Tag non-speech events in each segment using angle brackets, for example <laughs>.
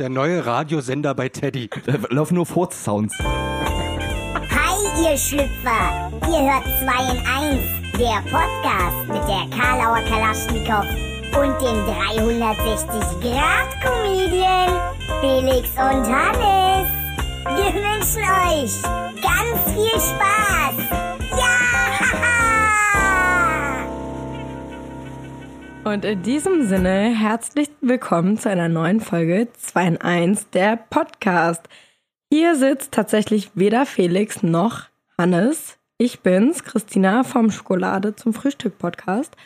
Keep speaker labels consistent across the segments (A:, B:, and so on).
A: Der neue Radiosender bei Teddy.
B: Da laufen Äh, nur Furz-Sounds.
C: Hi, ihr Schlüpfer! Ihr hört 2 in 1, der Podcast mit der Karlauer Kalaschnikow und dem 360-Grad-Comedian Felix und Hannes. Wir wünschen euch ganz viel Spaß! Ja!
D: Und in diesem Sinne herzlich willkommen zu einer neuen Folge 2 in 1 der Podcast. Hier sitzt tatsächlich weder Felix noch Hannes. Ich bin's, Christina vom Schokolade zum Frühstück Podcast.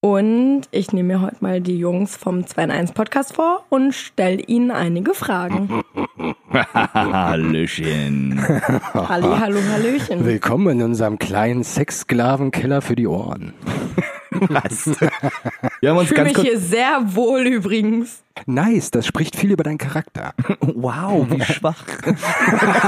D: Und ich nehme mir heute mal die Jungs vom 2 in 1 Podcast vor und stelle ihnen einige
B: <laughs>
D: Fragen. <laughs>
B: Hallöchen.
D: Halli, hallo, hallöchen.
A: Willkommen in unserem kleinen Sexsklavenkeller für die Ohren.
B: Was? Wir
D: Ich
B: haben uns
D: fühle
B: ganz
D: mich
B: kurz.
D: hier sehr wohl übrigens.
A: Nice, das spricht viel über deinen Charakter.
B: <laughs> Wow,
A: <laughs>
B: wie schwach.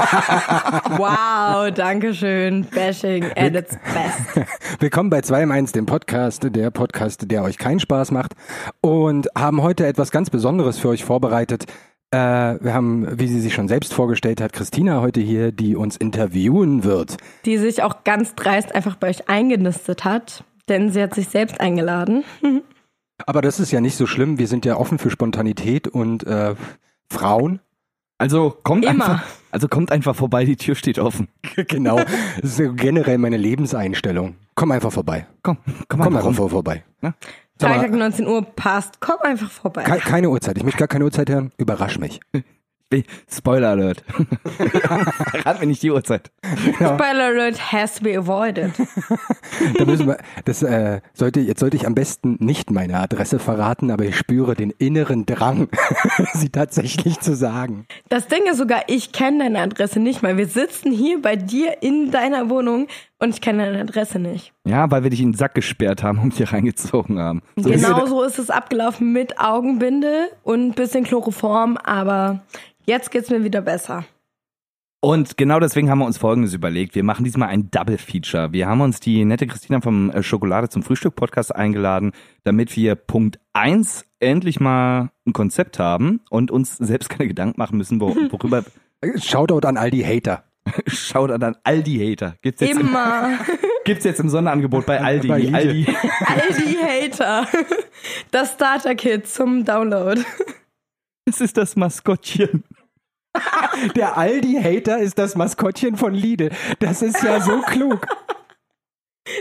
B: <laughs>
D: Wow, danke schön. Bashing at its best.
A: Willkommen bei 2 im 1, dem Podcast, der Podcast, der euch keinen Spaß macht. Und haben heute etwas ganz Besonderes für euch vorbereitet. Äh, wir haben, wie sie sich schon selbst vorgestellt hat, Christina heute hier, die uns interviewen wird.
D: die sich auch ganz dreist einfach bei euch eingenistet hat, denn sie hat sich selbst eingeladen.
A: Aber das ist ja nicht so schlimm. Wir sind ja offen für Spontanität und äh, Frauen.
B: Also kommt
D: Immer.
B: einfach. Also kommt einfach vorbei, die Tür steht offen.
A: Genau. Das ist ja generell meine Lebenseinstellung. Komm einfach vorbei.
B: Komm,
A: Komm
B: komm, mal
A: einfach
B: rum.
A: vor- vorbei. Sag mal-
D: Freitag 19 Uhr passt, komm einfach vorbei.
A: Ke keine Uhrzeit. Ich möchte gar keine Uhrzeit hören. Überrasch mich.
B: Spoiler Alert. <laughs> Verrat mir nicht die Uhrzeit.
D: Spoiler alert has to be avoided.
A: Da müssen wir, das, äh, sollte, jetzt sollte ich am besten nicht meine Adresse verraten, aber ich spüre den inneren Drang, <laughs> sie tatsächlich zu sagen.
D: Das Ding ist sogar, ich kenne deine Adresse nicht mal. Wir sitzen hier bei dir in deiner Wohnung und ich kenne deine Adresse nicht.
B: Ja, weil wir dich in den Sack gesperrt haben und hier reingezogen haben. So ist
D: Genau so ist es abgelaufen mit Augenbinde und ein bisschen Chloroform, aber jetzt geht's mir wieder besser.
B: Und genau deswegen haben wir uns Folgendes überlegt. Wir machen diesmal ein Double Feature. Wir haben uns die nette Christina vom äh, Schokolade zum Frühstück Podcast eingeladen, damit wir Punkt 1 endlich mal ein Konzept haben und uns selbst keine Gedanken machen müssen, wo, worüber
A: Shoutout an all die Hater.
B: schaut an Aldi Hater. Gibt's jetzt,
D: Immer.
B: gibt's jetzt im Sonderangebot bei Aldi.
A: Bei Lidl.
B: Aldi.
D: All die Hater. <laughs> Das Starter-Kit zum Download.
B: Das ist das Maskottchen.
A: Der Aldi-Hater ist das Maskottchen von Lidl. Das ist ja so klug.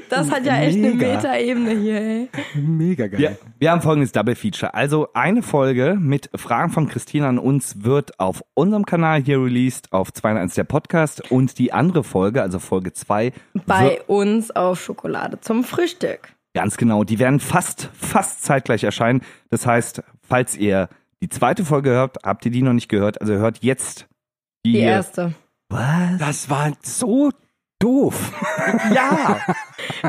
D: Das hat ja echt
A: Mega.
D: eine Metaebene hier, ey.
A: Mega geil.
B: Wir, wir haben folgendes Double Feature. Also eine Folge mit Fragen von Christina an uns wird auf unserem Kanal hier released, auf 2 in 1 der Podcast. Und die andere Folge, also Folge 2,
D: Bei uns auf Schokolade zum Frühstück.
B: ganz genau, die werden fast, fast zeitgleich erscheinen. Das heißt, falls ihr die zweite Folge hört, habt ihr die noch nicht gehört, also hört jetzt die,
D: Die erste.
B: Was?
A: Das war so doof.
B: Ja!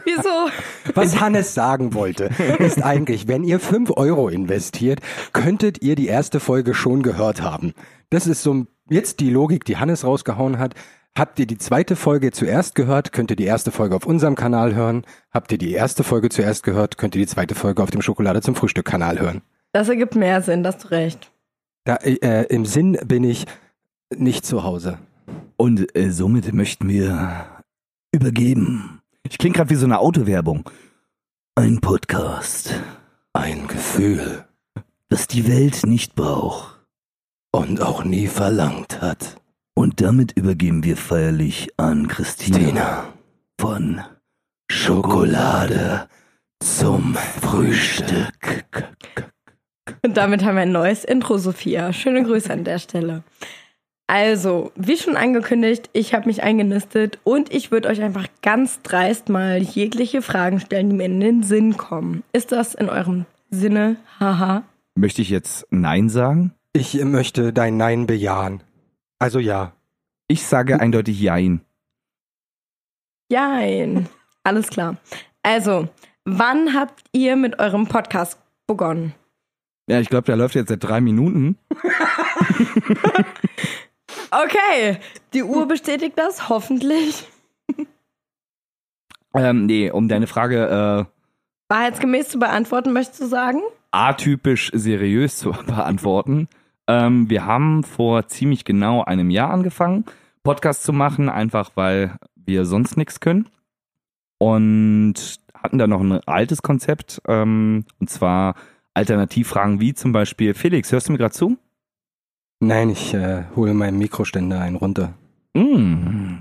D: Wieso?
A: Was Hannes sagen wollte, ist eigentlich, wenn ihr 5 Euro investiert, könntet ihr die erste Folge schon gehört haben. Das ist so ein- jetzt die Logik, die Hannes rausgehauen hat. Habt ihr die zweite Folge zuerst gehört, könnt ihr die erste Folge auf unserem Kanal hören. Habt ihr die erste Folge zuerst gehört, könnt ihr die zweite Folge auf dem Schokolade zum Frühstück Kanal hören.
D: Das ergibt mehr Sinn, das du recht.
A: Da, äh, Im Sinn bin ich nicht zu Hause.
B: Und äh, somit möchten wir übergeben. Ich klinge gerade wie so eine Autowerbung. Ein Podcast,
A: Ein Gefühl
B: das die Welt nicht braucht.
A: und auch nie verlangt hat.
B: Und damit übergeben wir feierlich an Christina von Schokolade zum Frühstück.
D: Und damit haben wir ein neues Intro, Sophia. Schöne Grüße an der Stelle. Also, wie schon angekündigt, ich habe mich eingenistet und ich würde euch einfach ganz dreist mal jegliche Fragen stellen, die mir in den Sinn kommen. Ist das in eurem Sinne? Haha.
B: Möchte ich jetzt Nein sagen?
A: Ich möchte dein Nein bejahen. Also ja.
B: Ich sage eindeutig Jein.
D: Jein. Alles klar. Also, wann habt ihr mit eurem Podcast begonnen?
B: Ja, ich glaube, der läuft jetzt seit drei Minuten.
D: Okay, die Uhr bestätigt das, hoffentlich.
B: Ähm, nee, um deine Frage äh,
D: Wahrheitsgemäß zu beantworten, möchtest du sagen?
B: atypisch seriös zu <laughs> beantworten. Ähm, wir haben vor ziemlich genau einem Jahr angefangen, Podcasts zu machen, einfach weil wir sonst nichts können. Und hatten da noch ein altes Konzept, ähm, und zwar Alternativfragen wie zum Beispiel, Felix, hörst du mir gerade zu?
A: Nein, ich äh, hole meinen Mikroständer einen runter.
B: Mm.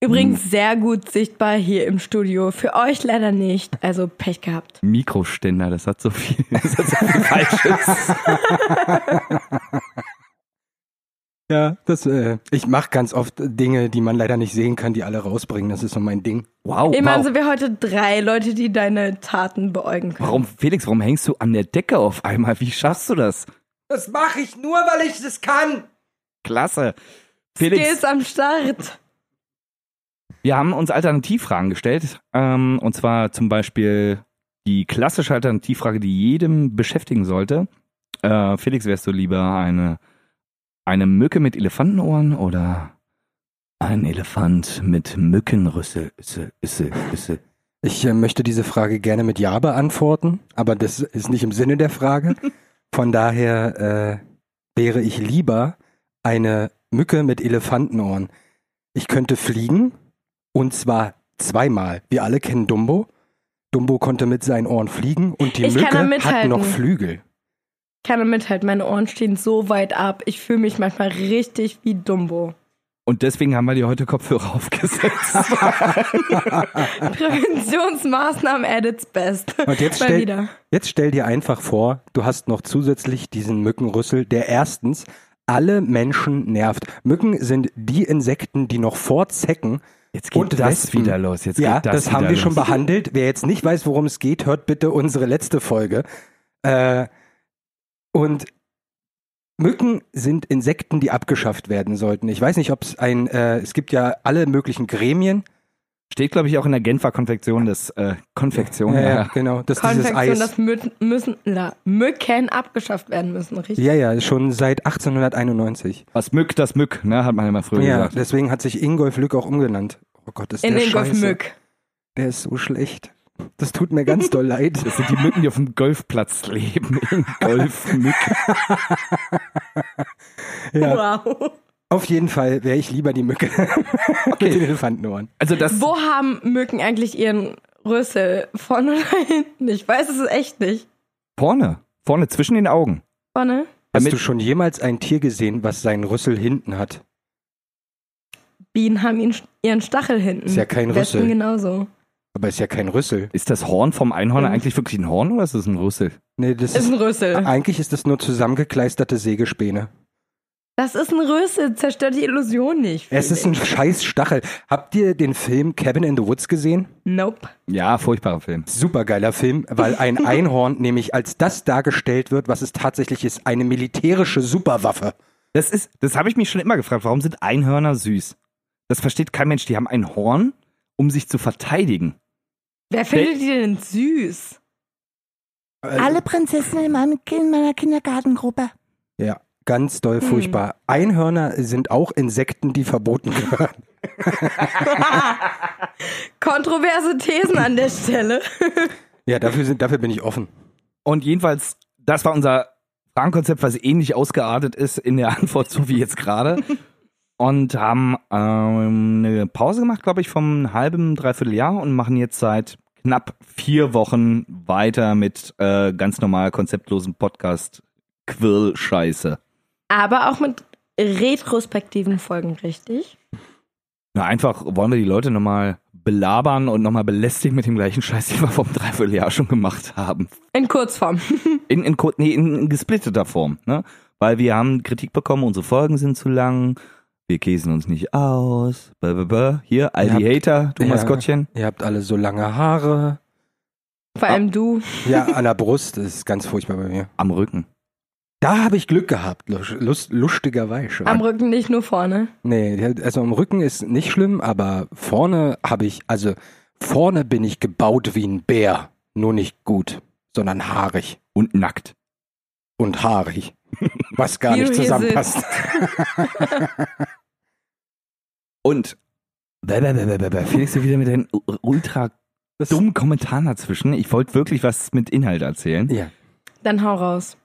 D: Übrigens sehr gut sichtbar hier im Studio. Für euch leider nicht. Also Pech gehabt.
B: Mikroständer, das hat so viel, das hat so viel Falsches.
A: Ja, das, äh, ich mache ganz oft Dinge, die man leider nicht sehen kann, die alle rausbringen. Das ist so mein Ding.
B: Wow,
D: Immerhin
B: wow.
D: sind wir heute drei Leute, die deine Taten beäugen können.
B: Warum, Felix, warum hängst du an der Decke auf einmal? Wie schaffst du das?
A: Das mache ich nur, weil ich das kann.
B: Klasse.
D: Skills
B: Felix,
D: am Start.
B: wir haben uns Alternativfragen gestellt. Ähm, und zwar zum Beispiel die klassische Alternativfrage, die jedem beschäftigen sollte. Äh, Felix, wärst du lieber eine, eine Mücke mit Elefantenohren oder ein Elefant mit Mückenrüssel? Üssel, Üssel, Üssel.
A: Ich äh, möchte diese Frage gerne mit Ja beantworten, aber das ist nicht im Sinne der
D: <laughs>
A: Frage. Von daher äh, wäre ich lieber eine Mücke mit Elefantenohren. Ich könnte fliegen und zwar zweimal. Wir alle kennen Dumbo. Dumbo konnte mit seinen Ohren fliegen und die
D: Ich kann
A: Mücke
D: da
A: hat
D: mithalten.
A: noch Flügel.
D: Keine Mitheit, meine Ohren stehen so weit ab. Ich fühle mich manchmal richtig wie
A: <laughs>
D: Dumbo.
B: Und deswegen haben wir dir heute Kopfhörer <laughs> aufgesetzt.
D: Präventionsmaßnahmen at its best.
A: Und jetzt
D: Mal
A: stell,
D: wieder.
A: jetzt stell dir einfach vor, du hast noch zusätzlich diesen Mückenrüssel, der erstens alle Menschen nervt. Mücken sind die Insekten, die noch vor Zecken
B: Jetzt geht
A: und
B: das
A: Wespen.
B: wieder los. Jetzt
A: ja,
B: geht das
A: das haben
B: wieder
A: wir schon
B: los.
A: behandelt. Wer jetzt nicht weiß, worum es geht, hört bitte unsere letzte Folge. Äh, und Mücken sind Insekten, die abgeschafft werden sollten. Ich weiß nicht, ob es ein, äh, es gibt ja alle möglichen Gremien.
B: Steht, glaube ich, auch in der Genfer Konfektion des äh, Konfektion.
A: Ja,
B: ja.
A: ja, genau, dass dieses
D: Konfektion,
A: Eis.
D: dass Mü- müssen, na, Mücken abgeschafft werden müssen, richtig?
A: ja, ja, schon seit 1891.
B: Was Mück, das Mück, ne? Hat man immer früher
A: Ja,
B: gesagt.
A: deswegen hat sich Ingolf Lück auch umgenannt. Oh Gott, ist
D: In
A: der
D: den Golf
A: scheiße.
D: Mück.
A: Der ist so schlecht. Das tut mir ganz doll leid.
B: Das sind die Mücken, die auf dem Golfplatz leben. In Golfmück.
A: Ja.
D: Wow.
A: Auf jeden Fall wäre ich lieber die <laughs> Mücke mit den Elefantenohren.
B: Also das,
D: Wo haben Mücken eigentlich ihren Rüssel? Vorne oder hinten? Ich weiß es echt nicht.
B: vorne. Vorne zwischen den Augen.
D: Vorne?
A: Hast
B: Damit-
A: du schon jemals ein Tier gesehen, was seinen Rüssel hinten hat?
D: Bienen haben ihn, ihren Stachel hinten.
A: Ist ja kein
D: Wespen
A: Rüssel.
D: genauso.
A: Aber ist ja kein Rüssel.
B: Ist das Horn vom Einhorn
D: Mhm.
B: eigentlich wirklich ein Horn oder ist es ein Rüssel?
A: Nee, das
D: Ist
A: ist,
D: ein Rüssel.
A: eigentlich ist das nur zusammengekleisterte Sägespäne.
D: Das ist ein Rüssel. Zerstört die Illusion nicht.
A: Es ist ein scheiß Stachel. Habt ihr den Film Cabin in the Woods gesehen?
D: Nope.
B: Ja, furchtbarer Film.
A: Supergeiler Film, weil
D: <laughs>
A: ein Einhorn nämlich als das dargestellt wird, was es tatsächlich ist, eine militärische Superwaffe.
B: Das ist, das habe ich mich schon immer gefragt. Warum sind Einhörner süß? Das versteht kein Mensch. Die haben ein Horn, um sich zu verteidigen.
D: Wer findet die denn süß?
E: Alle Prinzessinnen in meinem- in meiner Kindergartengruppe.
A: Ja, ganz doll furchtbar. Einhörner sind auch Insekten, die verboten gehören.
D: Kontroverse Thesen an der Stelle.
A: <laughs> Ja, dafür, sind, dafür bin ich offen.
B: Und jedenfalls, das war unser Fragenkonzept, was ähnlich ausgeartet ist in der <laughs> Antwort, so wie jetzt gerade. Und haben ähm, eine Pause gemacht, glaube ich, vom halben, dreiviertel Jahr und machen jetzt seit knapp vier Wochen weiter mit äh, ganz normal konzeptlosen Podcast Quirl-Scheiße.
D: Aber auch mit retrospektiven Folgen, richtig?
B: Na, einfach wollen wir die Leute nochmal belabern und nochmal belästigen mit dem gleichen Scheiß, den wir vom Dreivierteljahr schon gemacht haben.
D: In Kurzform.
B: In, in, kur- nee, in, in gesplitteter Form, ne? Weil wir haben Kritik bekommen, unsere Folgen sind zu lang, wir käsen uns nicht aus, blah, blah, blah. hier, all die
A: Ja.
B: Hater, du
A: Ja.
B: Maskottchen.
A: Ihr habt alle so lange Haare.
D: Vor
A: Ah.
D: allem du.
A: Ja, an der Brust das ist ganz furchtbar bei mir.
B: Am Rücken.
A: Da habe ich Glück gehabt, lus- lust, lustigerweise.
D: Am Rücken, nicht nur vorne.
A: nee, also am Rücken ist nicht schlimm, aber vorne habe ich, also vorne bin ich gebaut wie ein Bär. Nur nicht gut, sondern haarig
B: Und nackt.
A: und haarig. <laughs> Was gar
D: Wie
A: nicht
D: du hier
A: zusammenpasst. <laughs>
B: Und blah, blah, blah, blah, blah, blah. Felix, du wieder mit deinen u- ultra dummen Kommentaren dazwischen. Ich wollte wirklich was mit Inhalt erzählen.
A: Ja.
D: Dann hau raus.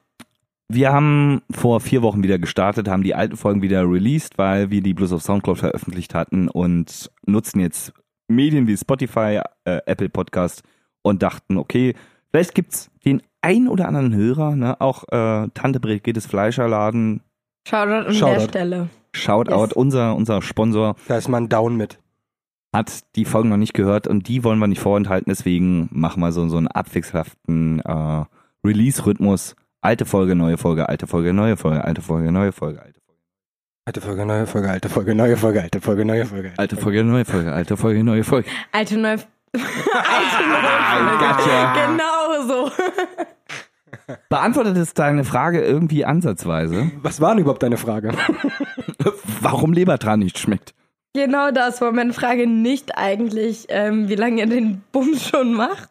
B: Wir haben vor vier Wochen wieder gestartet, haben die alten Folgen wieder released, weil wir die bloß auf Soundcloud veröffentlicht hatten und nutzen jetzt Medien wie Spotify, äh, Apple Podcast und dachten, okay, vielleicht gibt's den ein oder anderen Hörer, ne? auch äh, Tante Brigittes Fleischerladen,
D: Shoutout an
A: Shoutout.
D: der Stelle.
B: Shoutout,
D: Yes.
B: unser, unser Sponsor,
A: Da ist man down mit.
B: hat die Folgen noch nicht gehört und die wollen wir nicht vorenthalten, deswegen machen wir so, so einen abwechselhaften äh, Release-Rhythmus. Alte Folge, neue Folge, alte Folge, neue Folge, alte Folge, neue Folge, alte Folge,
A: Alte Folge, neue Folge, alte Folge, neue Folge, alte Folge, neue Folge.
B: alte Folge, neue Folge, alte Folge, neue Folge.
D: Alte neue. Alte neue.
B: Gotcha.
D: Genau so. <laughs>
B: Beantwortet es deine Frage irgendwie ansatzweise?
A: Was war denn überhaupt deine Frage?
B: Warum Lebertran nicht schmeckt?
D: Genau das war meine Frage nicht eigentlich, ähm, wie lange ihr den Bumm schon macht.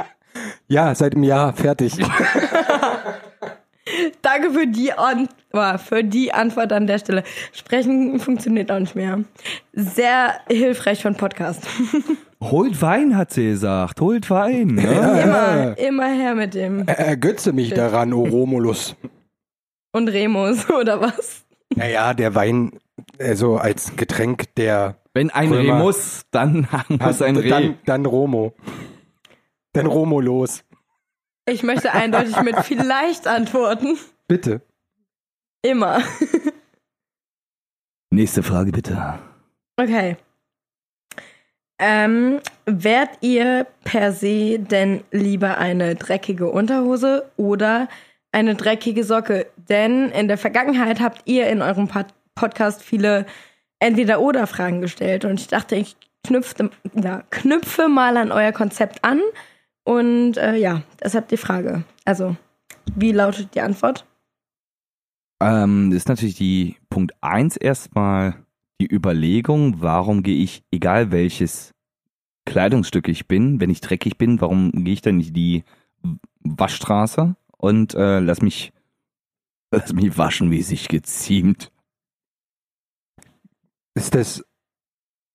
A: <laughs> ja, seit einem Jahr fertig.
D: Danke für die, An Boah, für die Antwort an der Stelle. Sprechen funktioniert auch nicht mehr. Sehr hilfreich für einen Podcast. <laughs>
B: Holt Wein, hat sie gesagt. Holt Wein. Ne?
D: Immer, immer her mit dem.
A: Ergötze äh, mich daran, O Romulus.
D: Und Remus, <laughs> oder was?
A: <laughs> Naja, der Wein, also als Getränk, der
B: Wenn ein Reh
A: Römer.
B: muss, dann <laughs> muss ein Reh.
A: Dann, dann Romo. Dann Romo los.
D: Ich möchte eindeutig mit vielleicht antworten.
A: Bitte.
D: Immer.
B: Nächste Frage bitte.
D: Okay. Ähm, wärt ihr per se denn lieber eine dreckige Unterhose oder eine dreckige Socke? Denn in der Vergangenheit habt ihr in eurem Pod Podcast viele Entweder-Oder-Fragen gestellt und ich dachte, ich knüpfte, ja, knüpfe mal an euer Konzept an und äh, ja, deshalb die Frage. Also, wie lautet die Antwort?
B: Ähm, ist natürlich die Punkt 1 erstmal die Überlegung, warum gehe ich, egal welches Kleidungsstück ich bin, wenn ich dreckig bin, warum gehe ich dann nicht die Waschstraße und äh, lass mich lass mich waschen, wie es sich geziemt.
A: Ist das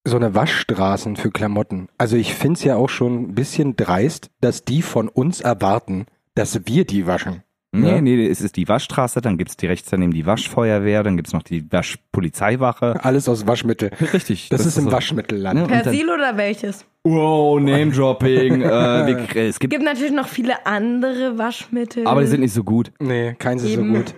A: so eine Waschstraßen für Klamotten? Also ich finde es ja auch schon ein bisschen dreist, dass die von uns erwarten, dass wir die waschen.
B: Nee,
A: Ja.
B: nee, es ist die Waschstraße, dann gibt's direkt daneben die Waschfeuerwehr, dann gibt's noch die Waschpolizeiwache.
A: Alles aus Waschmittel.
B: Richtig.
A: Das, ist im
B: so.
A: Waschmittelland.
B: Ja.
D: Per
B: dann-
D: Sil oder welches?
B: Wow, <laughs> Name-Dropping. äh, wir- es
D: Es
B: gibt,
D: gibt natürlich noch viele andere Waschmittel.
B: aber die sind nicht so gut.
A: Nee, keins ist so
D: Eben.
A: gut.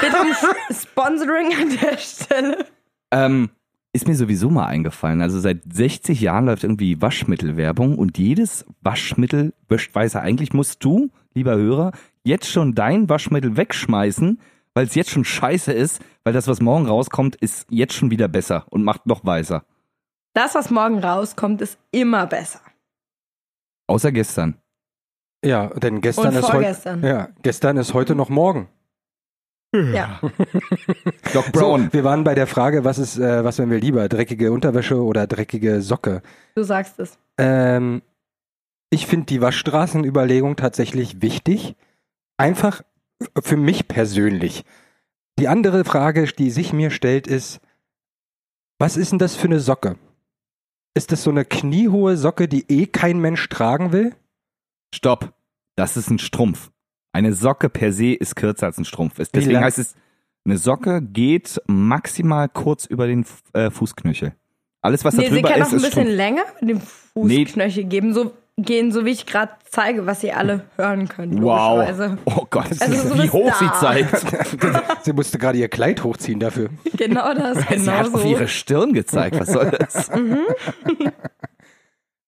D: Bitte um Sponsoring an der Stelle.
B: Ähm, ist mir sowieso mal eingefallen. Also seit 60 Jahren läuft irgendwie Waschmittelwerbung und jedes Waschmittel wäscht weißer. Eigentlich musst du, lieber Hörer, jetzt schon dein Waschmittel wegschmeißen, weil es jetzt schon scheiße ist, weil das, was morgen rauskommt, ist jetzt schon wieder besser und macht noch weißer.
D: Das, was morgen rauskommt, ist immer besser.
B: Außer gestern.
A: Ja, denn gestern
D: Und
A: ist heute.
D: vorgestern.
A: Ja, gestern ist heute noch morgen.
D: Ja. <laughs>
B: Doc
A: So, wir waren bei der Frage, was ist, äh, was wenn wir lieber, dreckige Unterwäsche oder dreckige Socke?
D: Du sagst es.
A: Ähm, ich finde die Waschstraßenüberlegung tatsächlich wichtig. Einfach für mich persönlich. Die andere Frage, die sich mir stellt, ist, was ist denn das für eine Socke? Ist das so eine kniehohe Socke, die eh kein Mensch tragen will?
B: Stopp. Das ist ein Strumpf. Eine Socke per se ist kürzer als ein Strumpf. Ist-
A: Wie
B: Deswegen
A: lang?
B: heißt es, eine Socke geht maximal kurz über den F- äh, Fußknöchel. Alles, was
D: Nee,
B: da
D: sie
B: drüber
D: kann
B: ist,
D: noch ein
B: ist
D: bisschen
B: Strumpf.
D: länger mit dem Fußknöchel geben, so gehen, so wie ich gerade zeige, was ihr alle hören könnt.
B: <laughs>
D: logischerweise.
B: Oh Gott,
D: Also so
B: wie
D: ist
B: hoch
D: da.
B: sie zeigt.
A: Sie musste gerade ihr Kleid hochziehen dafür.
D: Genau das,
B: sie
D: genau
B: hat auf
D: so.
B: ihre Stirn gezeigt. Was soll das?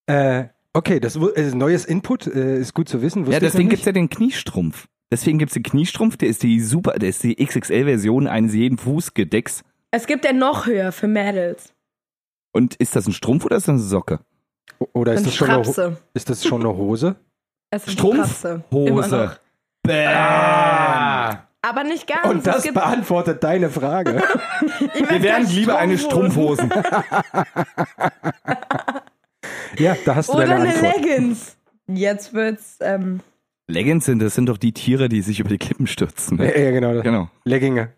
A: Äh, okay, das wu- äh, neues Input äh, ist gut zu wissen. Wusste
B: ja,
A: ich noch
B: deswegen
A: nicht.
B: gibt's ja den Kniestrumpf. Deswegen gibt's den Kniestrumpf, der ist die super, der ist die XXL-Version eines jeden Fußgedecks.
D: Es gibt ja noch höher für Mädels.
B: Und ist das ein Strumpf oder ist das eine Socke?
A: Oder ist
D: Dann
A: das, schon eine, Ho-
D: Strapse.
A: ist das schon eine
D: <laughs>
A: Hose?
D: Es ist Strapse. Immer noch.
B: Strumpfhose. Bam.
D: Aber nicht ganz.
A: Und
D: Also, es
A: das
D: gibt,
A: beantwortet deine Frage.
B: Wir wären lieber eine Strumpfhosen.
A: ja, da hast du
D: oder
A: deine
D: eine
A: Antwort.
D: Leggings. Jetzt wird's. Ähm,
B: Leggings sind, das sind doch die Tiere, die sich über die Klippen stürzen. Ne?
A: Ja, ja, genau. Das.
B: Genau.
D: <laughs>
A: Legginge.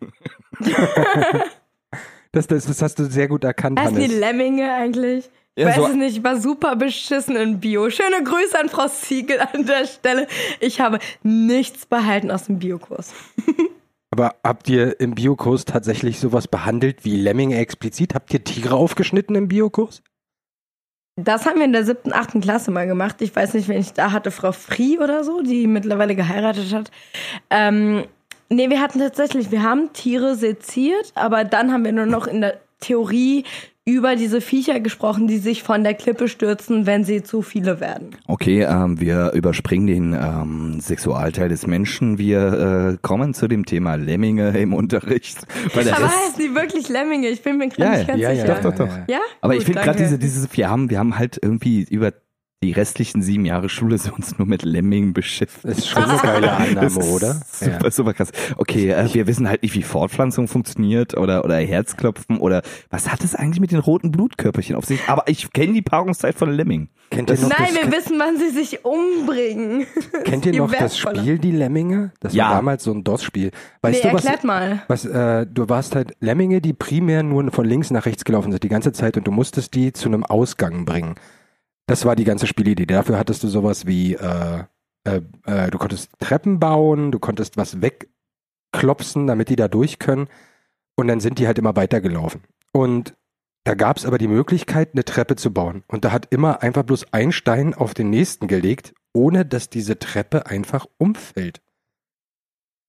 A: das, das, das hast du sehr gut erkannt,
D: heißen die
A: Hannes.
D: Lemminge eigentlich?
B: Ja,
D: Weiß
B: so-
D: es nicht, ich war super beschissen in Bio. Schöne Grüße an Frau Siegel an der Stelle. Ich habe nichts behalten aus dem Biokurs.
A: Aber habt ihr im Biokurs tatsächlich sowas behandelt wie Lemminge explizit? Habt ihr Tiere aufgeschnitten im Biokurs?
D: Das haben wir in der siebten, achten Klasse mal gemacht. Ich weiß nicht, wen ich da hatte, Frau Frie oder so, die mittlerweile geheiratet hat. Ähm, nee, wir hatten tatsächlich, wir haben Tiere seziert, aber dann haben wir nur noch in der Theorie über diese Viecher gesprochen, die sich von der Klippe stürzen, wenn sie zu viele werden.
B: Okay, ähm, wir überspringen den ähm, Sexualteil des Menschen. Wir äh, kommen zu dem Thema Lemminge im Unterricht. <laughs> Weil das
D: aber
B: ist,
D: <laughs> heißen die wirklich Lemminge? Ich bin mir gerade
B: Ja,
D: nicht ganz sicher.
B: Doch, doch, doch.
D: Ja?
B: aber
D: Gut,
B: ich finde gerade
D: danke.
B: diese, dieses, wir haben, wir haben halt irgendwie über die restlichen sieben Jahre Schule so uns nur mit Lemmingen beschäftigt.
A: Das ist schon eine
D: <laughs>
A: geile
B: Das
A: Annahme,
B: ist
A: oder?
B: <laughs> Super, super krass. Okay, äh, wir wissen halt nicht, wie Fortpflanzung funktioniert oder, oder Herzklopfen oder was hat es eigentlich mit den roten Blutkörperchen auf sich? Aber ich kenne die Paarungszeit von Lemming.
A: Kennt ihr noch,
D: Nein, wir
A: das,
D: wissen, wann sie sich umbringen.
A: kennt ihr
D: viel
A: noch das
D: wertvoller.
A: Spiel, die Lemminge? Das
B: Ja.
A: war damals so ein DOS-Spiel.
D: Nee,
A: Weißt du, was,
D: erklärt mal.
A: was äh, du warst halt Lemminge, die primär nur von links nach rechts gelaufen sind die ganze Zeit und du musstest die zu einem Ausgang bringen. Das war die ganze Spielidee. Dafür hattest du sowas wie, äh, äh, äh, du konntest Treppen bauen, du konntest was wegklopsen, damit die da durch können. Und dann sind die halt immer weitergelaufen. Und da gab es aber die Möglichkeit, eine Treppe zu bauen. Und da hat immer einfach bloß ein Stein auf den nächsten gelegt, ohne dass diese Treppe einfach umfällt.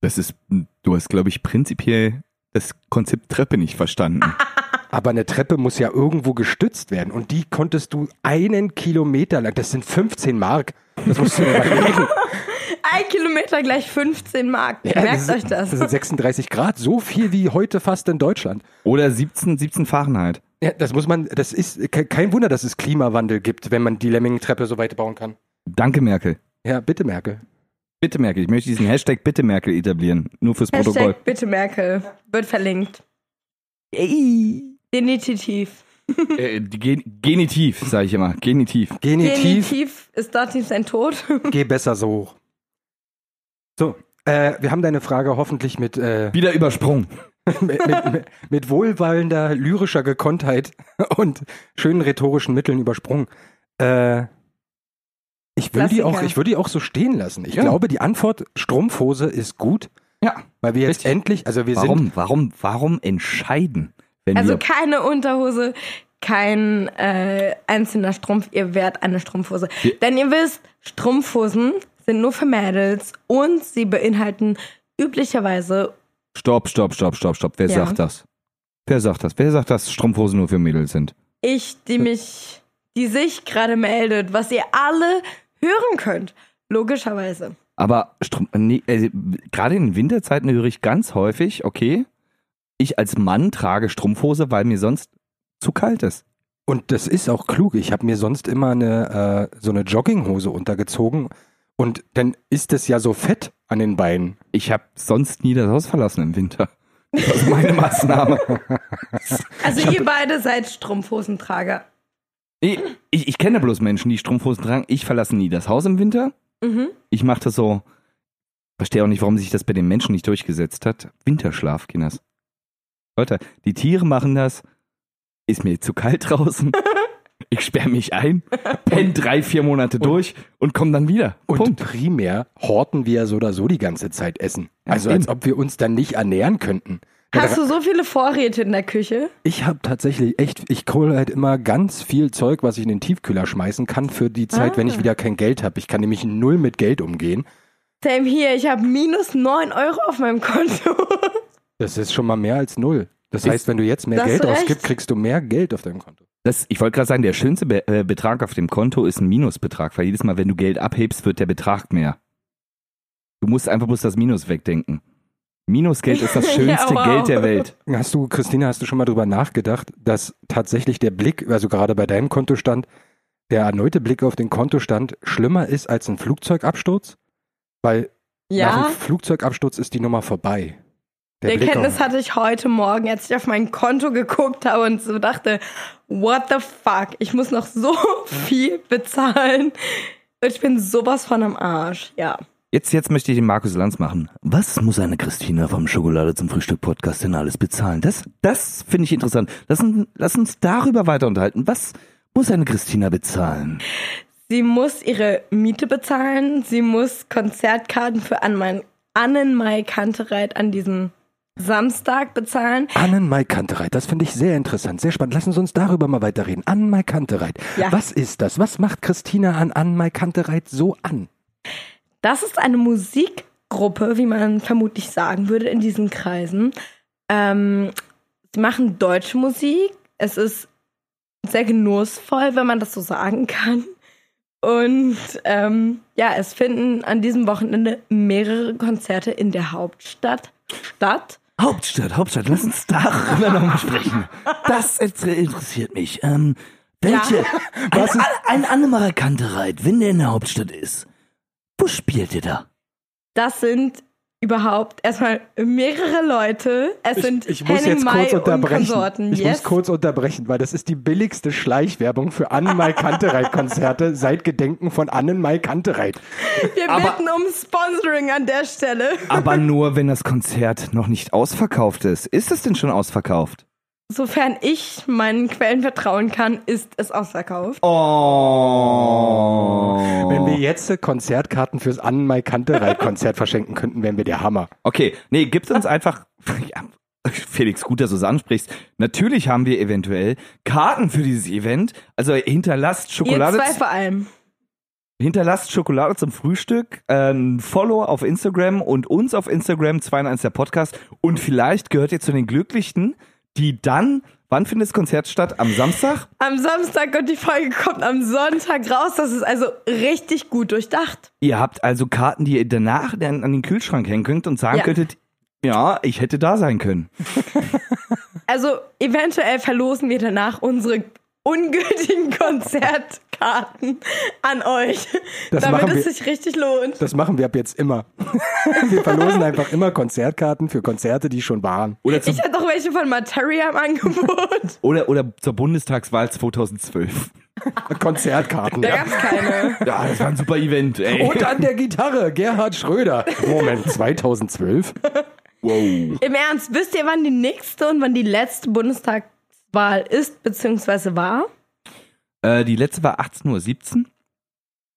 B: Das ist, du hast, glaube ich, prinzipiell das Konzept Treppe nicht verstanden.
A: Aber eine Treppe muss ja irgendwo gestützt werden. Und die konntest du einen Kilometer lang, das sind 15 Mark. Das musst du dir überlegen.
D: Ein Kilometer gleich 15 Mark. Merkt
A: das
D: euch
A: ist,
D: das.
A: Das sind 36 Grad, so viel wie heute fast in Deutschland.
B: Oder 17, 17 Fahrenheit.
A: Ja, das muss man, das ist ke- kein Wunder, dass es Klimawandel gibt, wenn man die Lemmingentreppe so weit bauen kann.
B: Danke, Merkel.
A: Ja, bitte, Merkel.
B: Bitte, Merkel. Ich möchte diesen Hashtag Bitte, Merkel etablieren. Nur fürs
D: <laughs>
B: Protokoll.
D: Hashtag bitte Merkel. Wird verlinkt. Genitiv.
B: Äh, die Gen Genitiv, sage ich immer. Genitiv.
A: Genitiv,
D: Genitiv ist Dativ sein Tod. <laughs>
A: geh besser so hoch. So, äh, wir haben deine Frage hoffentlich mit, äh,
B: Wieder übersprungen.
A: mit, mit, mit wohlwollender lyrischer Gekonntheit <laughs> und schönen rhetorischen Mitteln übersprungen. Äh, ich würde die,
D: Klassiker.
A: auch- ich würde die auch so stehen lassen. Ich
B: Ja.
A: glaube, die Antwort Strumpfhose ist gut,
B: Ja.
A: weil wir jetzt endlich, also wir sind
B: Warum, warum, warum entscheiden, wenn
D: Also
B: wir...
D: keine Unterhose, kein äh, einzelner Strumpf. Ihr werdet eine Strumpfhose. Denn ihr wisst, Strumpfhosen sind nur für Mädels und sie beinhalten üblicherweise
B: Stopp, stopp, stopp, stopp, stopp. Wer
D: Ja.
B: sagt das? Wer sagt das? Wer sagt, dass Strumpfhosen nur für Mädels sind?
D: ich, die mich, die sich gerade meldet, was ihr alle hören könnt. Logischerweise.
B: Aber Strum- nee, äh, gerade in den Winterzeiten höre ich ganz häufig, okay, ich als Mann trage Strumpfhose, weil mir sonst zu kalt ist.
A: Und das ist auch klug. Ich habe mir sonst immer eine, äh, so eine Jogginghose untergezogen. Und dann ist das ja so fett an den Beinen.
B: Ich habe sonst nie das Haus verlassen im Winter. Das ist meine Maßnahme.
D: Also ihr beide seid Strumpfhosentrager.
B: Ich, ich, ich kenne bloß Menschen, die Strumpfhosen tragen. Ich verlasse nie das Haus im Winter.
D: Mhm.
B: Ich mache das so. Verstehe auch nicht, warum sich das bei den Menschen nicht durchgesetzt hat. Winterschlaf, Kinders. Leute, die Tiere machen das. Ist mir zu kalt draußen. Ich sperre mich ein, penne drei, vier Monate durch und komme dann wieder.
A: Und
B: Punkt.
A: primär horten wir ja so oder so die ganze Zeit Essen. Also als
B: eben.
A: ob wir uns dann nicht ernähren könnten.
D: Hast du so viele Vorräte in der Küche?
A: Ich habe tatsächlich echt, ich hole halt immer ganz viel Zeug, was ich in den Tiefkühler schmeißen kann für die Zeit,
D: Ah.
A: wenn ich wieder kein Geld habe. Ich kann nämlich null mit Geld umgehen.
D: Same hier, ich habe minus 9 Euro auf meinem Konto.
A: Das ist schon mal mehr als null. Das heißt, wenn du jetzt mehr
D: Das
A: Geld
D: recht.
A: ausgibst, kriegst du mehr Geld auf deinem Konto.
B: Das, ich wollte gerade sagen, der schönste Be äh, Betrag auf dem Konto ist ein Minusbetrag, weil jedes Mal, wenn du Geld abhebst, wird der Betrag mehr. Du musst einfach bloß das Minus wegdenken. Minusgeld ist
D: <laughs>
B: das
D: Ja,
B: schönste
D: wow.
B: Geld der Welt.
A: Hast du, Christina, hast du schon mal drüber nachgedacht, dass tatsächlich der Blick, also gerade bei deinem Kontostand, der erneute Blick auf den Kontostand schlimmer ist als ein Flugzeugabsturz? Weil nach
D: Ja,
A: einem Flugzeugabsturz ist die Nummer vorbei.
D: die
A: Blick auf-
D: Erkenntnis hatte ich heute Morgen, als ich auf mein Konto geguckt habe und so dachte, what the fuck, ich muss noch so <laughs> viel bezahlen. Und ich bin sowas von am Arsch, ja.
B: Jetzt, jetzt möchte ich den Markus Lanz machen. Was muss eine Christina vom Schokolade zum Frühstück Podcast denn alles bezahlen? Das, das finde ich interessant. Lass, uns- lass uns darüber weiter unterhalten. Was muss eine Christina bezahlen?
D: Sie muss ihre Miete bezahlen, sie muss Konzertkarten für Anman- Annenmai Kantereit an diesem Samstag bezahlen.
A: Annenmai Kantereit, das finde ich sehr interessant, sehr spannend. Lassen Sie uns darüber mal weiterreden. Annenmai Kantereit.
D: Ja.
A: Was ist das? Was macht Christina an Annenmai Kantereit so an?
D: Das ist eine Musikgruppe, wie man vermutlich sagen würde, in diesen Kreisen. Ähm, sie machen deutsche Musik. Es ist sehr genussvoll, wenn man das so sagen kann. Und ähm, ja, es finden an diesem Wochenende mehrere Konzerte in der Hauptstadt statt.
B: Hauptstadt, Hauptstadt, lass uns darüber nochmal sprechen. Das inter- interessiert mich. Ähm, welche?
A: Was
B: <laughs> ein,
A: ist-
B: ein anderer Kantereit, wenn der in der Hauptstadt ist. Wo spielt ihr da?
D: Das sind überhaupt erstmal mehrere Leute. Es sind
A: ich muss
D: Henning
A: jetzt
D: Mai
A: kurz
D: und
A: unterbrechen.
D: Konsorten.
A: Ich
D: yes.
A: muss kurz unterbrechen, weil das ist die billigste Schleichwerbung für Annenmai Kantereit <laughs> Konzerte seit Gedenken von Annenmai Kantereit.
D: Wir
B: aber-
D: bitten um Sponsoring an der Stelle.
B: Aber nur, wenn das Konzert noch nicht ausverkauft ist. Ist es denn schon ausverkauft?
D: Sofern ich meinen Quellen vertrauen kann, ist es ausverkauft.
B: Oh.
A: Wenn wir jetzt Konzertkarten fürs Annenmai Kantereit Konzert verschenken könnten, wären wir der Hammer.
B: Okay, nee, gibt's uns einfach. <laughs> Ja, Felix, gut, dass du es ansprichst. Natürlich haben wir eventuell Karten für dieses Event. Also hinterlasst Schokolade.
D: Ihr zwei vor allem.
B: Hinterlasst Schokolade zum Frühstück, äh, ein Follow auf Instagram und uns auf Instagram, 2 in 1 der Podcast. Und vielleicht gehört ihr zu den Glücklichen, die dann, wann findet das Konzert statt? Am Samstag?
D: Am Samstag und die Folge kommt am Sonntag raus. Das ist also richtig gut durchdacht.
B: Ihr habt also Karten, die ihr danach dann an den Kühlschrank hängen könnt und sagen
D: Ja.
B: könntet, ja, ich hätte da sein können.
D: Also eventuell verlosen wir danach unsere ungültigen <laughs> Konzertkarten an euch,
A: Das
D: damit
A: machen
D: es
A: wir.
D: sich richtig lohnt.
A: Das machen wir ab jetzt immer. <laughs> Wir verlosen einfach immer Konzertkarten für Konzerte, die schon waren.
B: Oder,
D: <laughs>
B: zum,
D: Ich hatte auch welche von Materia im Angebot.
B: oder, oder zur
D: <laughs>
B: Bundestagswahl 2012.
A: Konzertkarten.
D: Da gab es keine.
B: Ja, das war ein super Event, ey.
A: Und an der Gitarre Gerhard Schröder. Moment, 2012?
D: Im Ernst, wisst ihr, wann die nächste und wann die letzte Bundestagswahl ist, beziehungsweise war?
B: Äh, die letzte war 18.17 Uhr.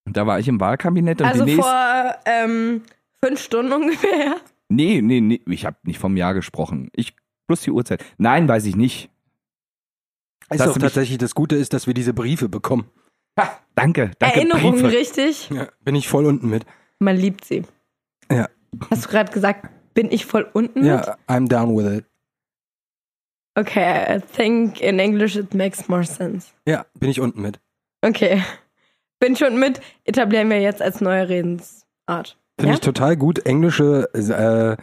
B: Und da war ich im Wahlkabinett und
D: Also
B: die nächste.
D: vor ähm, fünf Stunden ungefähr.
B: Nee, nee, nee, ich habe nicht vom Jahr gesprochen. Ich plus die Uhrzeit. Nein, weiß ich nicht.
A: Ist
B: Dass
A: doch
B: du mich-
A: tatsächlich das Gute ist, dass wir diese Briefe bekommen.
B: Danke, danke.
D: Erinnerungen,
B: Briefe.
D: richtig?
A: Ja, bin ich voll unten mit.
D: Man liebt sie.
A: Ja.
D: Hast du gerade gesagt, bin ich voll unten? mit?
A: Ja, I'm down with it.
D: Okay, I think in English it makes more sense.
A: Ja, bin ich unten mit.
D: Okay. Bin schon mit, etablieren wir jetzt als neue Redensart.
A: Finde
D: Ja?
A: ich total gut, englische äh,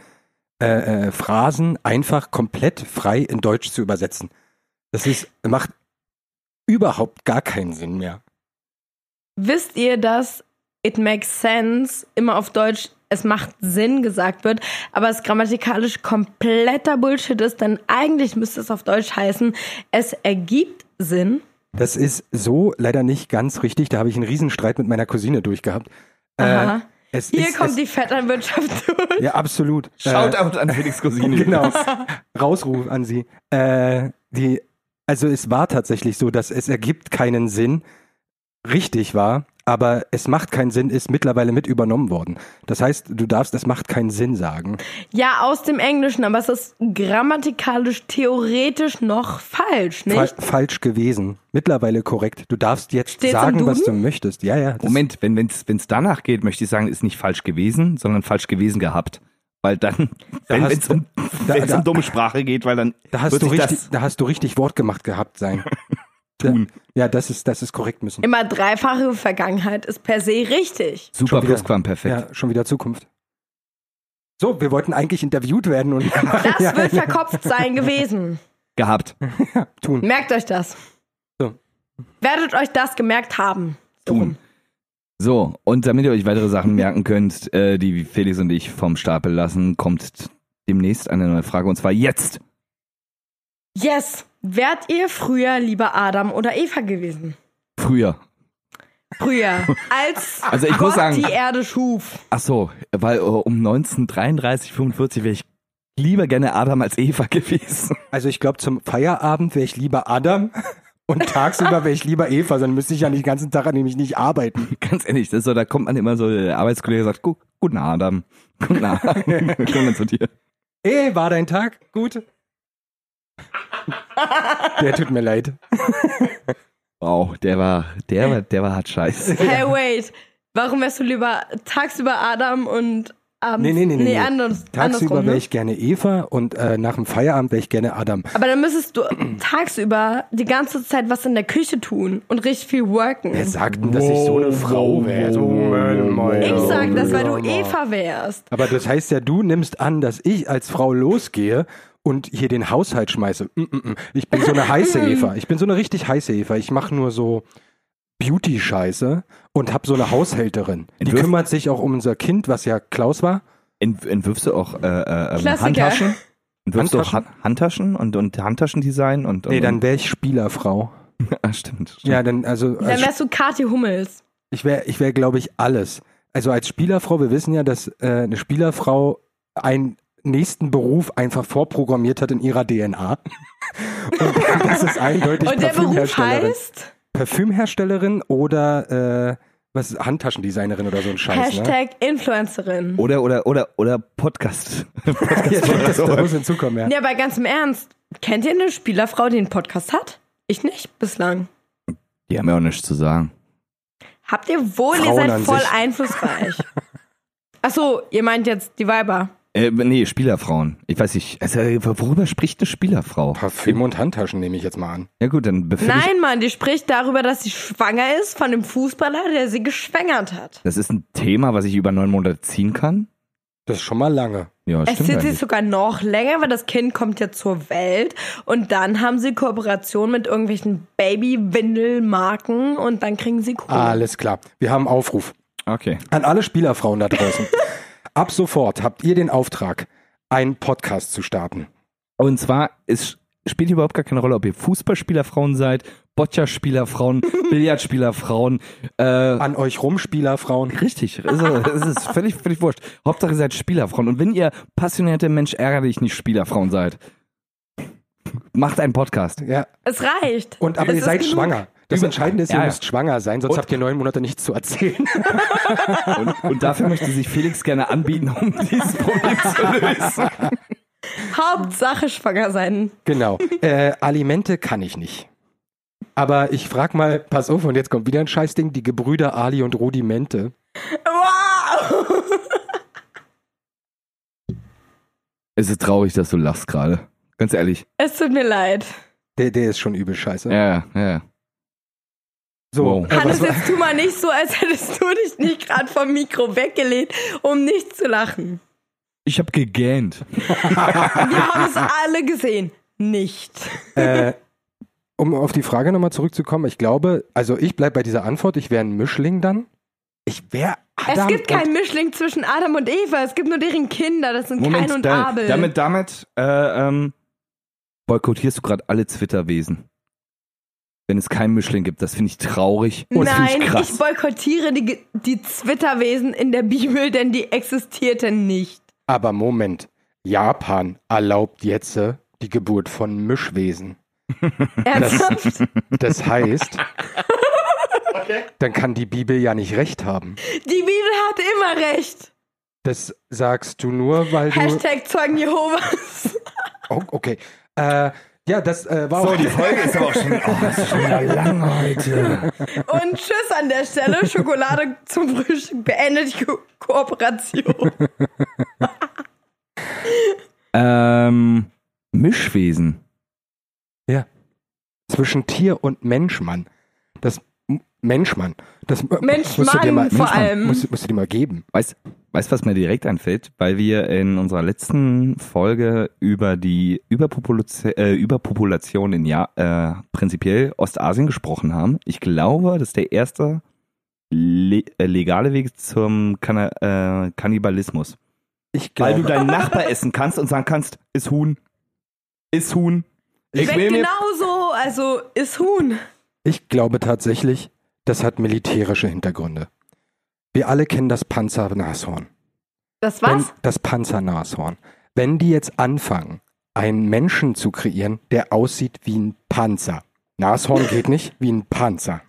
A: äh, äh, Phrasen einfach komplett frei in Deutsch zu übersetzen. Das ist, macht überhaupt gar keinen Sinn mehr.
D: Wisst ihr, dass it makes sense immer auf Deutsch es macht Sinn gesagt wird, aber es grammatikalisch kompletter Bullshit ist, denn eigentlich müsste es auf Deutsch heißen, es ergibt Sinn.
A: Das ist so leider nicht ganz richtig. Da habe ich einen Riesenstreit mit meiner Cousine durchgehabt.
D: Aha.
A: Äh, es
D: Hier
A: ist,
D: kommt
A: es,
D: die Vetternwirtschaft <laughs> durch.
A: Ja, absolut.
B: Äh,
A: Äh,
B: Shoutout an Felix Cousine.
A: <laughs>
B: <laughs>
A: Genau. Rausruf an sie. Äh, die, also es war tatsächlich so, dass es ergibt keinen Sinn, richtig war, aber es macht keinen Sinn, ist mittlerweile mit übernommen worden. Das heißt, du darfst, es macht keinen Sinn sagen.
D: Ja, aus dem Englischen, aber es ist grammatikalisch, theoretisch noch falsch,
A: Fa
D: nicht?
A: falsch gewesen. Mittlerweile korrekt. Du darfst jetzt
D: Steht's im
A: sagen, was du
D: Duden?
A: möchtest. Ja, ja. das-
B: Moment, wenn es wenn's danach geht, möchte ich sagen, ist nicht falsch gewesen, sondern falsch gewesen gehabt. Weil dann, wenn
A: hast-
B: es um,
A: da-
B: wenn's
A: da-
B: um dumme Sprache geht, weil dann
A: Da hast,
B: wird
A: du
B: sich
A: richtig,
B: das
A: da hast du richtig Wort gemacht gehabt sein.
B: <laughs> tun.
A: Ja, das ist, das ist korrekt müssen.
D: Immer dreifache Vergangenheit ist per se
A: <laughs>
D: richtig.
B: Super
A: wieder.
B: Plusquamperfekt.
A: Ja, schon wieder Zukunft. So, wir wollten eigentlich interviewt werden
B: <laughs>
A: und
D: Das
A: Ja,
D: wird
A: ja.
D: verkopft sein gewesen.
B: Gehabt.
A: tun.
D: Merkt euch das.
A: So.
D: Werdet euch das gemerkt haben. So rum.
B: tun. So, und damit ihr euch
A: <laughs>
B: weitere Sachen merken könnt, äh, die Felix und ich vom Stapel lassen, kommt demnächst eine neue Frage und zwar jetzt.
D: Yes. Wärt ihr früher lieber Adam oder Eva gewesen?
B: Früher.
A: <laughs>
D: Früher, als
B: Also ich
D: Gott
B: muss sagen-
D: die Erde schuf.
B: Ach so, weil äh, um 1933, 45 wäre ich lieber gerne Adam als Eva <laughs> gewesen.
A: Also ich glaube, zum Feierabend wäre ich lieber Adam <laughs> Und tagsüber wäre ich lieber Eva, dann müsste ich ja den ganzen Tag nämlich nicht arbeiten.
B: Ganz ehrlich, das ist so, da kommt man immer so, der Arbeitskollege sagt, "Gu- guten Adam, guten Adam, <laughs> komm mal zu dir.
A: Ey, war dein Tag gut? Der tut mir leid.
B: Wow, der war, der war, der war hart scheiß.
D: Hey, wait. Warum wärst du lieber tagsüber Adam und abends?
A: Nee, nee, nee, nee, nee.
D: anders,
A: Tagsüber
D: andersrum.
A: wäre
D: Ne?
A: ich gerne Eva und äh, nach dem Feierabend wäre ich gerne Adam.
D: Aber dann müsstest du tagsüber die ganze Zeit was in der Küche tun und richtig viel worken.
A: Wer sagt denn, dass ich so eine Frau wäre? So, mein, mein,
D: Ich sag
A: Oh,
D: das, weil du
A: Mama.
D: Eva wärst.
A: Aber das heißt ja, du nimmst an, dass ich als Frau losgehe und hier den Haushalt schmeiße. Mm, mm, mm. Ich bin so eine <laughs> heiße Eva. Ich bin so eine richtig heiße Eva. Ich mache nur so Beauty-Scheiße und habe so eine Haushälterin. Die
B: Entwürf-
A: kümmert sich auch um unser Kind, was ja Klaus war.
B: Ent, entwirfst du auch äh, äh, ähm,
D: Klassiker.
B: Handtaschen? Entwirfst du auch
A: Handtaschen?
B: Han- Handtaschen und, und Handtaschendesign? Und, und,
A: Nee, dann wäre ich Spielerfrau.
B: <laughs> Ah, stimmt. stimmt.
A: Ja, dann, also,
D: Dann
A: also
D: wärst du Kathi Hummels.
A: ich wäre, ich wäre, glaube ich, alles. Also als Spielerfrau, wir wissen ja, dass äh, eine Spielerfrau einen nächsten Beruf einfach vorprogrammiert hat in ihrer
D: <laughs>
A: DNA. Und das ist eindeutig
D: Und der Beruf
A: Parfümherstellerin.
D: heißt
A: Parfümherstellerin oder äh, was ist, Handtaschendesignerin oder so ein Scheiß, ne? Oh
D: Hashtag Influencerin.
B: Oder, oder, oder, oder Podcast.
A: <laughs> Ja, das, das muss hinzukommen, ja.
D: Ja, aber ganz im Ernst, kennt ihr eine Spielerfrau, die einen Podcast hat? Ich nicht, bislang.
B: Die haben ja auch nichts zu sagen.
D: Habt ihr wohl, ihr
A: Frauen
D: seid
A: an
D: voll
A: sich.
D: einflussreich. Achso, ihr meint jetzt die Weiber.
B: Äh, nee, Spielerfrauen. Ich weiß nicht. Also, worüber spricht eine Spielerfrau?
A: Parfüm und Handtaschen nehme ich jetzt mal an.
B: Ja gut, dann befinde ich.
D: Nein, Mann, die spricht darüber, dass sie schwanger ist von dem Fußballer, der sie geschwängert hat.
B: Das ist ein Thema, was ich über neun Monate ziehen kann.
A: Das ist schon mal lange.
B: Ja,
D: Es
B: stimmt.
D: zieht sich
B: eigentlich.
D: sogar noch länger, weil das Kind kommt ja zur Welt und dann haben sie Kooperation mit irgendwelchen Baby-Windelmarken und dann kriegen sie Kohle.
A: Alles klar. Wir haben einen Aufruf.
B: Okay.
A: An alle Spielerfrauen da
D: <laughs>
A: draußen. Ab sofort habt ihr den Auftrag, einen Podcast zu starten.
B: Und zwar es spielt überhaupt gar keine Rolle, ob ihr Fußballspielerfrauen seid,
D: <laughs>
B: Boccia-Spielerfrauen, Billardspielerfrauen. Äh,
D: Ah,
A: An euch rum, Spielerfrauen.
B: richtig, <laughs> es ist, es ist völlig, völlig wurscht. Hauptsache ihr seid Spielerfrauen. Und wenn ihr passionierte Mensch ärgerlich nicht Spielerfrauen seid, macht einen Podcast.
A: Ja.
D: Es reicht.
A: Und aber
D: es
A: ihr
D: ist
A: seid
D: genug.
A: schwanger. Das Entscheidende ist, ihr
B: Ja, ja.
A: müsst schwanger sein, sonst
B: Und-
A: habt ihr neun Monate nichts zu
D: <laughs>
A: erzählen.
B: Und, und dafür möchte sich Felix gerne anbieten, um dieses Problem zu lösen.
D: Hauptsache schwanger sein.
A: Genau. Äh, Alimente kann ich nicht. Aber ich frag mal, pass auf, und jetzt kommt wieder ein Scheißding, die Gebrüder Ali und Rudimente.
D: Wow!
B: Es ist traurig, dass du lachst gerade. Ganz ehrlich.
D: Es tut mir leid.
A: Der, der ist schon übel scheiße.
B: Ja, ja, ja.
A: So,
B: Wow.
A: äh,
D: Hannes,
A: was,
D: jetzt tu mal nicht so, als hättest du dich nicht gerade vom Mikro weggelehnt, um nicht zu lachen.
B: Ich habe gegähnt.
D: Wir haben es alle gesehen. Nicht.
A: äh, um auf die Frage nochmal zurückzukommen, ich glaube, also ich bleib bei dieser Antwort, ich wäre ein Mischling dann. Ich wäre
D: es
A: Adam
D: gibt
A: und-
D: keinen Mischling zwischen Adam und Eva. Es gibt nur deren Kinder. Das sind
B: Moment,
D: Kain und
B: da,
D: Abel.
B: damit, damit äh, ähm, boykottierst du gerade alle Twitter-Wesen. Wenn es keinen Mischling gibt, das finde ich traurig und oh, das
D: Nein,
B: finde ich krass.
D: ich boykottiere die, Ge- die Zwitterwesen in der Bibel, denn die existierten nicht.
A: Aber Moment, Japan erlaubt jetzt äh, die Geburt von Mischwesen.
D: Ernsthaft?
A: Das
B: <laughs>
A: heißt, dann kann die Bibel ja nicht recht haben.
D: die Bibel hat immer recht.
A: Das sagst du nur, weil du...
D: Hashtag Zeugen Jehovas.
A: Oh, okay. Äh, ja, das äh, war auch...
B: Folge ist aber
A: <laughs>
B: auch schon, lang heute.
D: Und tschüss an der Stelle. Schokolade zum Frühstück beendet die Ko Kooperation.
B: Ähm, Mischwesen.
A: Ja. Zwischen Tier und Menschmann. Das M- Menschmann. Das äh,
D: Menschmann
A: musst du dir mal,
D: vor allem.
A: Musst, musst du dir mal geben.
B: Weißt weißt, was mir direkt einfällt? Weil wir in unserer letzten Folge über die Überpopulation, äh, Überpopulation in ja äh, prinzipiell Ostasien gesprochen haben. Ich glaube, das ist der erste le äh, legale Weg zum Kanna- äh, Kannibalismus.
A: Ich
B: Weil du deinen Nachbar essen kannst und sagen kannst, ist Huhn, ist Huhn.
D: Schmeckt genauso. Also ist Huhn.
A: Ich glaube tatsächlich, das hat militärische Hintergründe. Wir alle kennen das Panzernashorn.
D: Das
A: Wenn,
D: war's.
A: das Panzernashorn. Wenn die jetzt anfangen, einen Menschen zu kreieren, der aussieht wie ein Panzer, Nashorn geht nicht, wie ein Panzer.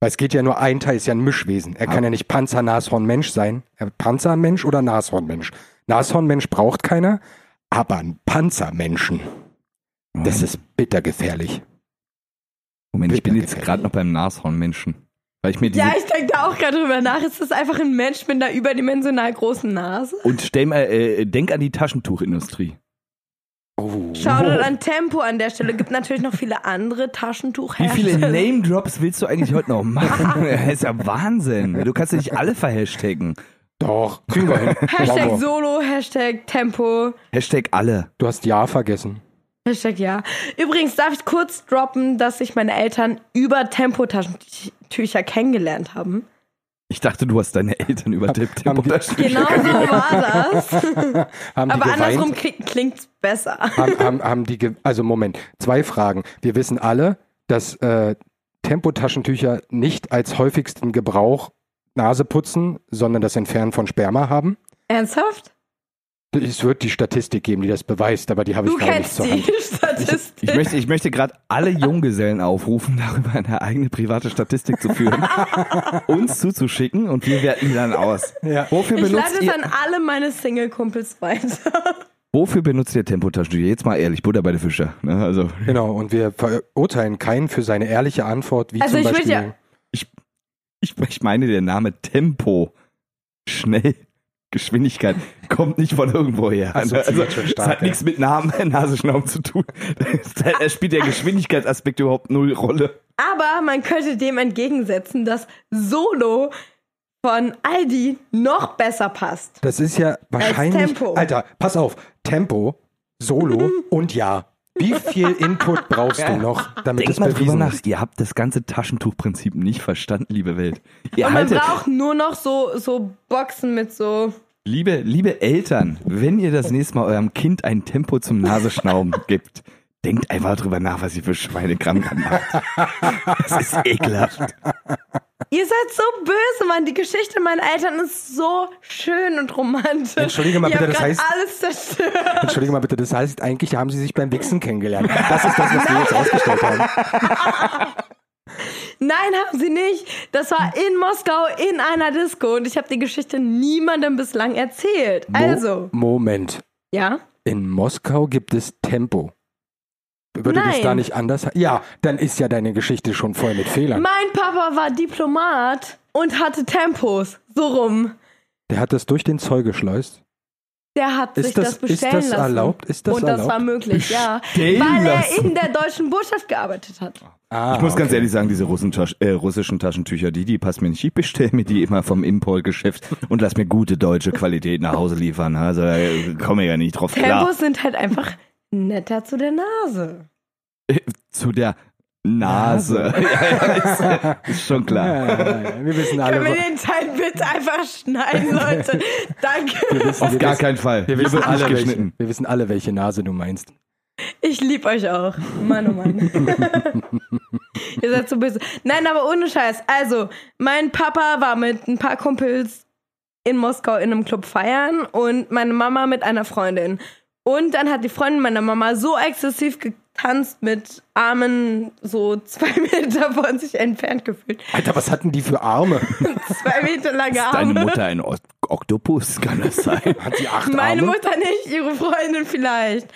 A: Weil es geht ja nur ein Teil, ist ja ein Mischwesen. Er kann ja nicht Panzer, Nashorn, Mensch sein. Er- Panzermensch oder Nashornmensch. Nashornmensch braucht keiner, aber ein Panzermenschen, das ist bittergefährlich.
B: Moment, ich bin jetzt
A: Bittergefährlich.
B: gerade noch beim Nashornmenschen. Weil ich mir diese
D: Ja, ich denke da auch gerade drüber nach. Ist das einfach ein Mensch mit einer überdimensional großen Nase?
B: und stell mal, äh, denk an die Taschentuchindustrie.
A: Oh.
D: Shoutout an Tempo an der Stelle. Gibt natürlich noch viele andere
B: Wie
D: Taschentuchhersteller.
B: viele Name Drops willst du eigentlich heute noch machen? das ist ja Wahnsinn. Du kannst ja nicht alle verhashtaggen.
A: Doch, kriegen wir hin. Bravo.
D: <laughs> Hashtag Solo, Hashtag Tempo,
B: Hashtag alle.
A: Du hast Ja vergessen.
D: Hashtag ja. Übrigens darf ich kurz droppen, dass sich meine Eltern über Tempo-Taschentücher kennengelernt haben.
B: Ich dachte, du hast deine Eltern übertippt.
A: Haben die-
D: Genau so war das.
A: Haben die
D: Aber
A: geweint?
D: andersrum kli- klingt's besser.
A: haben, haben, haben die, ge- also Moment, zwei Fragen. Wir wissen alle, dass äh, Tempotaschentücher nicht als häufigsten Gebrauch Nase putzen, sondern das Entfernen von Sperma haben.
D: <laughs> Ernsthaft?
A: Es wird die Statistik geben, die das beweist, aber die habe ich
D: Du
A: gerade nicht
D: kennst
A: zur
D: die
A: Hand.
D: <laughs> Statistik.
B: Ich möchte, ich möchte gerade alle Junggesellen aufrufen, darüber eine eigene private Statistik zu führen, uns zuzuschicken und wir werten die dann aus. Wofür,
D: Ich leite
B: benutzt
D: es
B: ihr,
D: an alle meine Single-Kumpels weiter. <laughs>
B: wofür benutzt ihr Tempotaschentücher? Jetzt mal ehrlich, Butter bei den Fische. Ne? Also, <laughs>
A: Genau, und wir verurteilen keinen für seine ehrliche Antwort, wie
D: Also
A: zum
D: ich würd
A: Beispiel.
D: ja-
B: ich, ich meine, der Name Tempo, schnell, Geschwindigkeit, kommt nicht von irgendwo her.
A: Ach so, das ist schon
B: das
A: stark,
B: hat
A: ja.
B: nichts mit Namen, <laughs> Nasenschnauben zu tun. <laughs> Da spielt der Geschwindigkeitsaspekt überhaupt null Rolle.
D: Aber man könnte dem entgegensetzen, dass Solo von Aldi noch besser passt.
A: Das ist ja wahrscheinlich.
D: Tempo.
A: Alter, pass auf. Tempo,
D: <laughs>
A: Solo und Ja. Wie viel Input brauchst du noch, damit
B: Denkt
A: es
B: mal drüber
A: bewiesen
B: nach.
A: ist?
B: Ihr habt das ganze Taschentuchprinzip nicht verstanden, liebe Welt. Ihr
D: Und man
B: haltet-
D: braucht nur noch so, so Boxen mit so.
B: Liebe, liebe Eltern, wenn ihr das nächste Mal eurem Kind ein Tempo zum Nasenschnauben <laughs> gibt, denkt einfach drüber nach, was ihr für Schweinekram gerade macht. Das ist ekelhaft.
D: Ihr seid so böse, Mann. Die Geschichte meiner Eltern ist so schön und romantisch.
A: Entschuldige mal
D: Ihr
A: bitte,
D: habt
A: das
D: grad
A: heißt-
D: alles zerstört.
A: Entschuldige mal bitte, das heißt, eigentlich haben sie sich beim Wichsen kennengelernt. Das ist das, was wir jetzt ausgestellt haben.
D: Nein, haben sie nicht. Das war in Moskau in einer Disco und ich habe die Geschichte niemandem bislang erzählt. Also,
A: Mo Moment.
D: ja.
A: In Moskau gibt es Tempo. Würde das
D: Nein.
A: da nicht anders he- Ja, dann ist ja deine Geschichte schon voll mit Fehlern.
D: Mein Papa war Diplomat und hatte Tempos. So rum.
A: Der hat das durch den Zoll geschleust.
D: Der hat
A: Ist
D: sich
A: das-
D: das,
A: ist
D: bestellen
A: das
D: lassen.
A: erlaubt? Ist das
D: Und das
A: erlaubt?
D: war möglich, ja.
B: Bestellen
D: Weil er
B: lassen.
D: in der deutschen Botschaft gearbeitet hat.
A: Ah,
B: ich muss ganz
A: okay.
B: ehrlich sagen, diese Russentasch äh, russischen Taschentücher, die, die passen mir nicht. Ich bestelle mir die immer vom Importgeschäft und lass mir gute deutsche Qualität nach Hause liefern. Also da komme ich ja nicht drauf klar.
D: Tempos sind halt einfach netter zu der Nase.
B: Zu der Nase. <laughs> ja, ja, ist, ist schon klar.
A: Ja, ja, ja. Wir wissen alle,
D: Können wir
A: wir
D: den Teil bitte einfach
A: <laughs>
D: schneiden, Leute? Danke.
A: wissen,
B: Auf
A: wir
B: gar
A: wissen,
B: keinen Fall.
A: wir wissen,
B: Wird nicht
A: alle, welche,
B: geschnitten.
A: wir wissen alle, welche Nase du meinst.
D: Ich lieb euch auch. Mann, oh
B: <laughs>
D: Mann. Ihr seid so böse. Nein, aber ohne Scheiß. Also, mein Papa war mit ein paar Kumpels in Moskau in einem Club feiern und meine Mama mit einer Freundin. Und dann hat die Freundin meiner Mama so exzessiv getanzt mit Armen so zwei <laughs> Meter von sich entfernt gefühlt.
A: Alter, was hatten die für Arme?
D: Zwei Meter lange
B: Ist deine
D: Arme.
B: Mutter ein O- Oktopus? Kann
A: <laughs>
B: das sein?
A: Hat die acht
D: <laughs> Meine
A: Arme?
D: Mutter nicht, ihre Freundin vielleicht.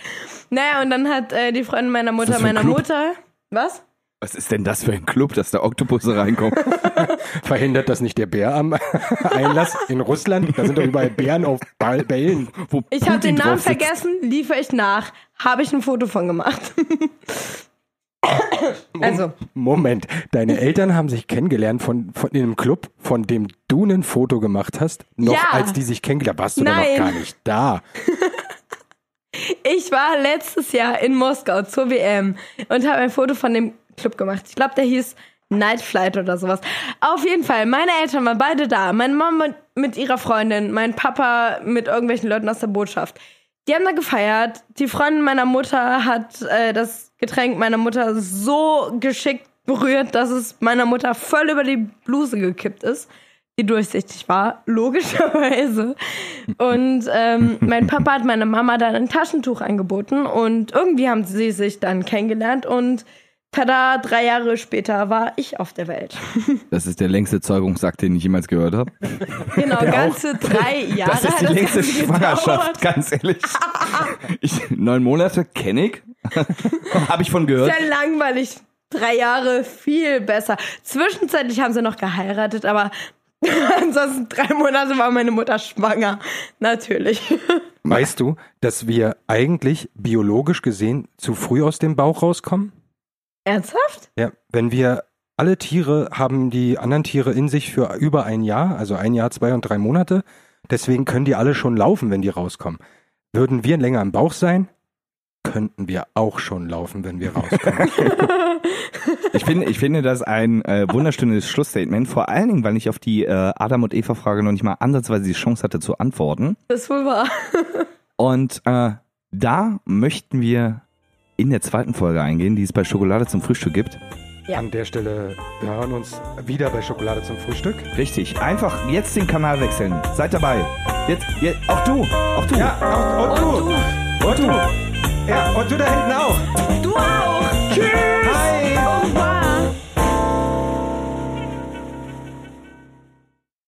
D: Naja, und dann hat äh, die Freundin meiner
B: das
D: Mutter
B: für ein
D: meiner
B: Club?
D: Mutter. Was?
B: Was ist denn das für ein Club, dass da Oktopusse reinkommen?
A: Verhindert das nicht der Bär am <laughs> Einlass in Russland? Da sind doch überall Bären auf Ball- Bällen.
B: Wo
D: <laughs> Ich habe den
B: Putin
D: Namen
B: drauf sitzt.
D: vergessen, liefere ich nach. Habe ich ein Foto von gemacht. <laughs> also,
A: Moment, deine Eltern haben sich kennengelernt von, von in einem Club, von dem du ein Foto gemacht hast, noch
D: Ja.
A: als die sich kennengelernt Warst du da noch
D: Nein.
A: gar nicht da?
D: ich war letztes Jahr in Moskau zur WM und habe ein Foto von dem Club gemacht. Ich glaube, der hieß Night Flight oder sowas. Auf jeden Fall, meine Eltern waren beide da. Meine Mama mit, mit ihrer Freundin, mein Papa mit irgendwelchen Leuten aus der Botschaft. Die haben da gefeiert. Die Freundin meiner Mutter hat äh, das Getränk meiner Mutter so geschickt berührt, dass es meiner Mutter voll über die Bluse gekippt ist, die durchsichtig war, logischerweise. Und ähm, mein Papa hat meiner Mama dann ein Taschentuch angeboten und irgendwie haben sie sich dann kennengelernt und Tada, drei Jahre später war ich auf der Welt.
B: Das ist der längste Zeugungsakt, den ich jemals gehört habe. <laughs>
D: Genau, ganze drei Jahre
B: Das ist die
D: hat das
B: längste
D: Ganze
B: Schwangerschaft,
D: gedauert. <laughs>
B: ganz ehrlich. Ich, neun Monate kenne <laughs> ich. Habe ich von gehört.
D: Sehr langweilig. Drei Jahre viel besser. Zwischenzeitlich haben sie noch geheiratet, aber <laughs> ansonsten drei Monate war meine Mutter schwanger. Natürlich. <laughs>
A: Weißt du, dass wir eigentlich biologisch gesehen zu früh aus dem Bauch rauskommen?
D: Ernsthaft?
A: Ja, wenn wir alle Tiere haben die anderen Tiere in sich für über ein Jahr, also ein Jahr, zwei und drei Monate. Deswegen können die alle schon laufen, wenn die rauskommen. Würden wir länger im Bauch sein, könnten wir auch schon laufen, wenn <laughs> wir rauskommen.
B: Ich finde, ich finde das ein äh, wunderschönes Schlussstatement. Vor allen Dingen, weil ich auf die äh, Adam und Eva Frage noch nicht mal ansatzweise die Chance hatte zu antworten.
D: Das ist wohl wahr.
B: Und äh, da möchten wir in der zweiten Folge eingehen, die es bei Schokolade zum Frühstück gibt.
A: An der Stelle, wir hören uns wieder bei Schokolade zum Frühstück.
B: Richtig, einfach jetzt den Kanal wechseln. Seid dabei. Jetzt, jetzt auch du, auch du.
A: Ja, und, und, du. Und du. Ja, und du da hinten auch.